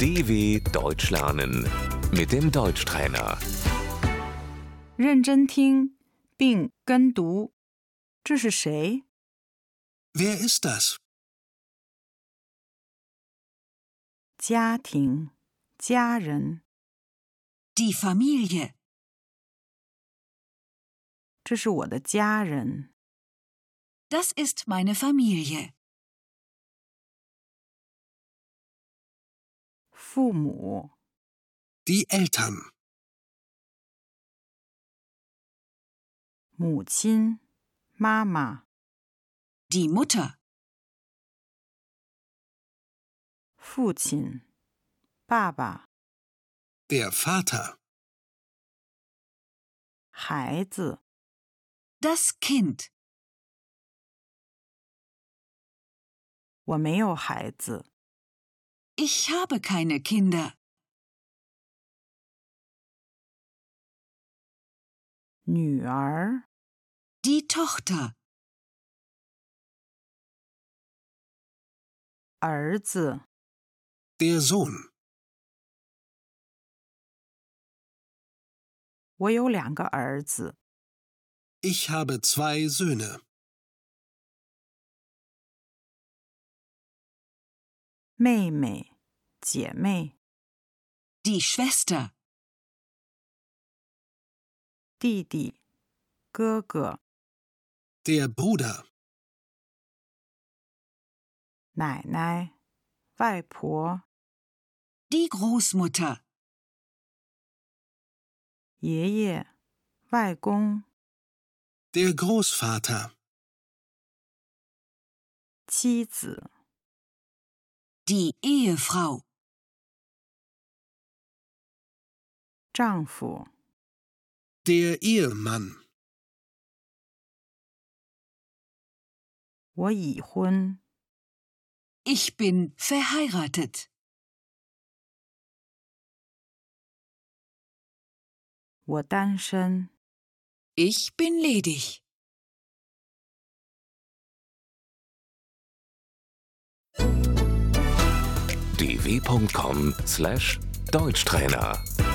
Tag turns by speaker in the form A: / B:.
A: DW Deutsch lernen mit dem Deutschtrainer.
B: 认真听并跟读。这是谁？
C: Wer ist das?
B: 家庭、家人。
D: Die Familie.
B: 这是我的家人。
D: Das ist meine Familie.
B: 父母、
C: Die Eltern.
B: 母亲、妈妈、
D: Die Mutter.
B: 父亲、爸爸、
C: Der Vater.
B: 孩子、
D: Das Kind.
B: 我没有孩子、
D: Ich habe keine Kinder.
B: 女儿、
D: Die Tochter.
B: 儿子、
C: Der Sohn.
B: 我有两个儿子，
C: Ich habe zwei Söhne.
B: 妹妹、姐妹、
D: Die Schwester.
B: 弟弟、哥哥、
C: Der Bruder.
B: 奶奶、外婆、
D: Die Großmutter.
B: 爷爷、外公、
C: Der Großvater.
B: 妻子、
D: Die Ehefrau.
B: 丈夫、
C: Der Ehemann.
B: 我已婚。
D: Ich bin verheiratet.
B: 我单身，
D: Ich bin ledig.
A: dw.com/deutschtrainer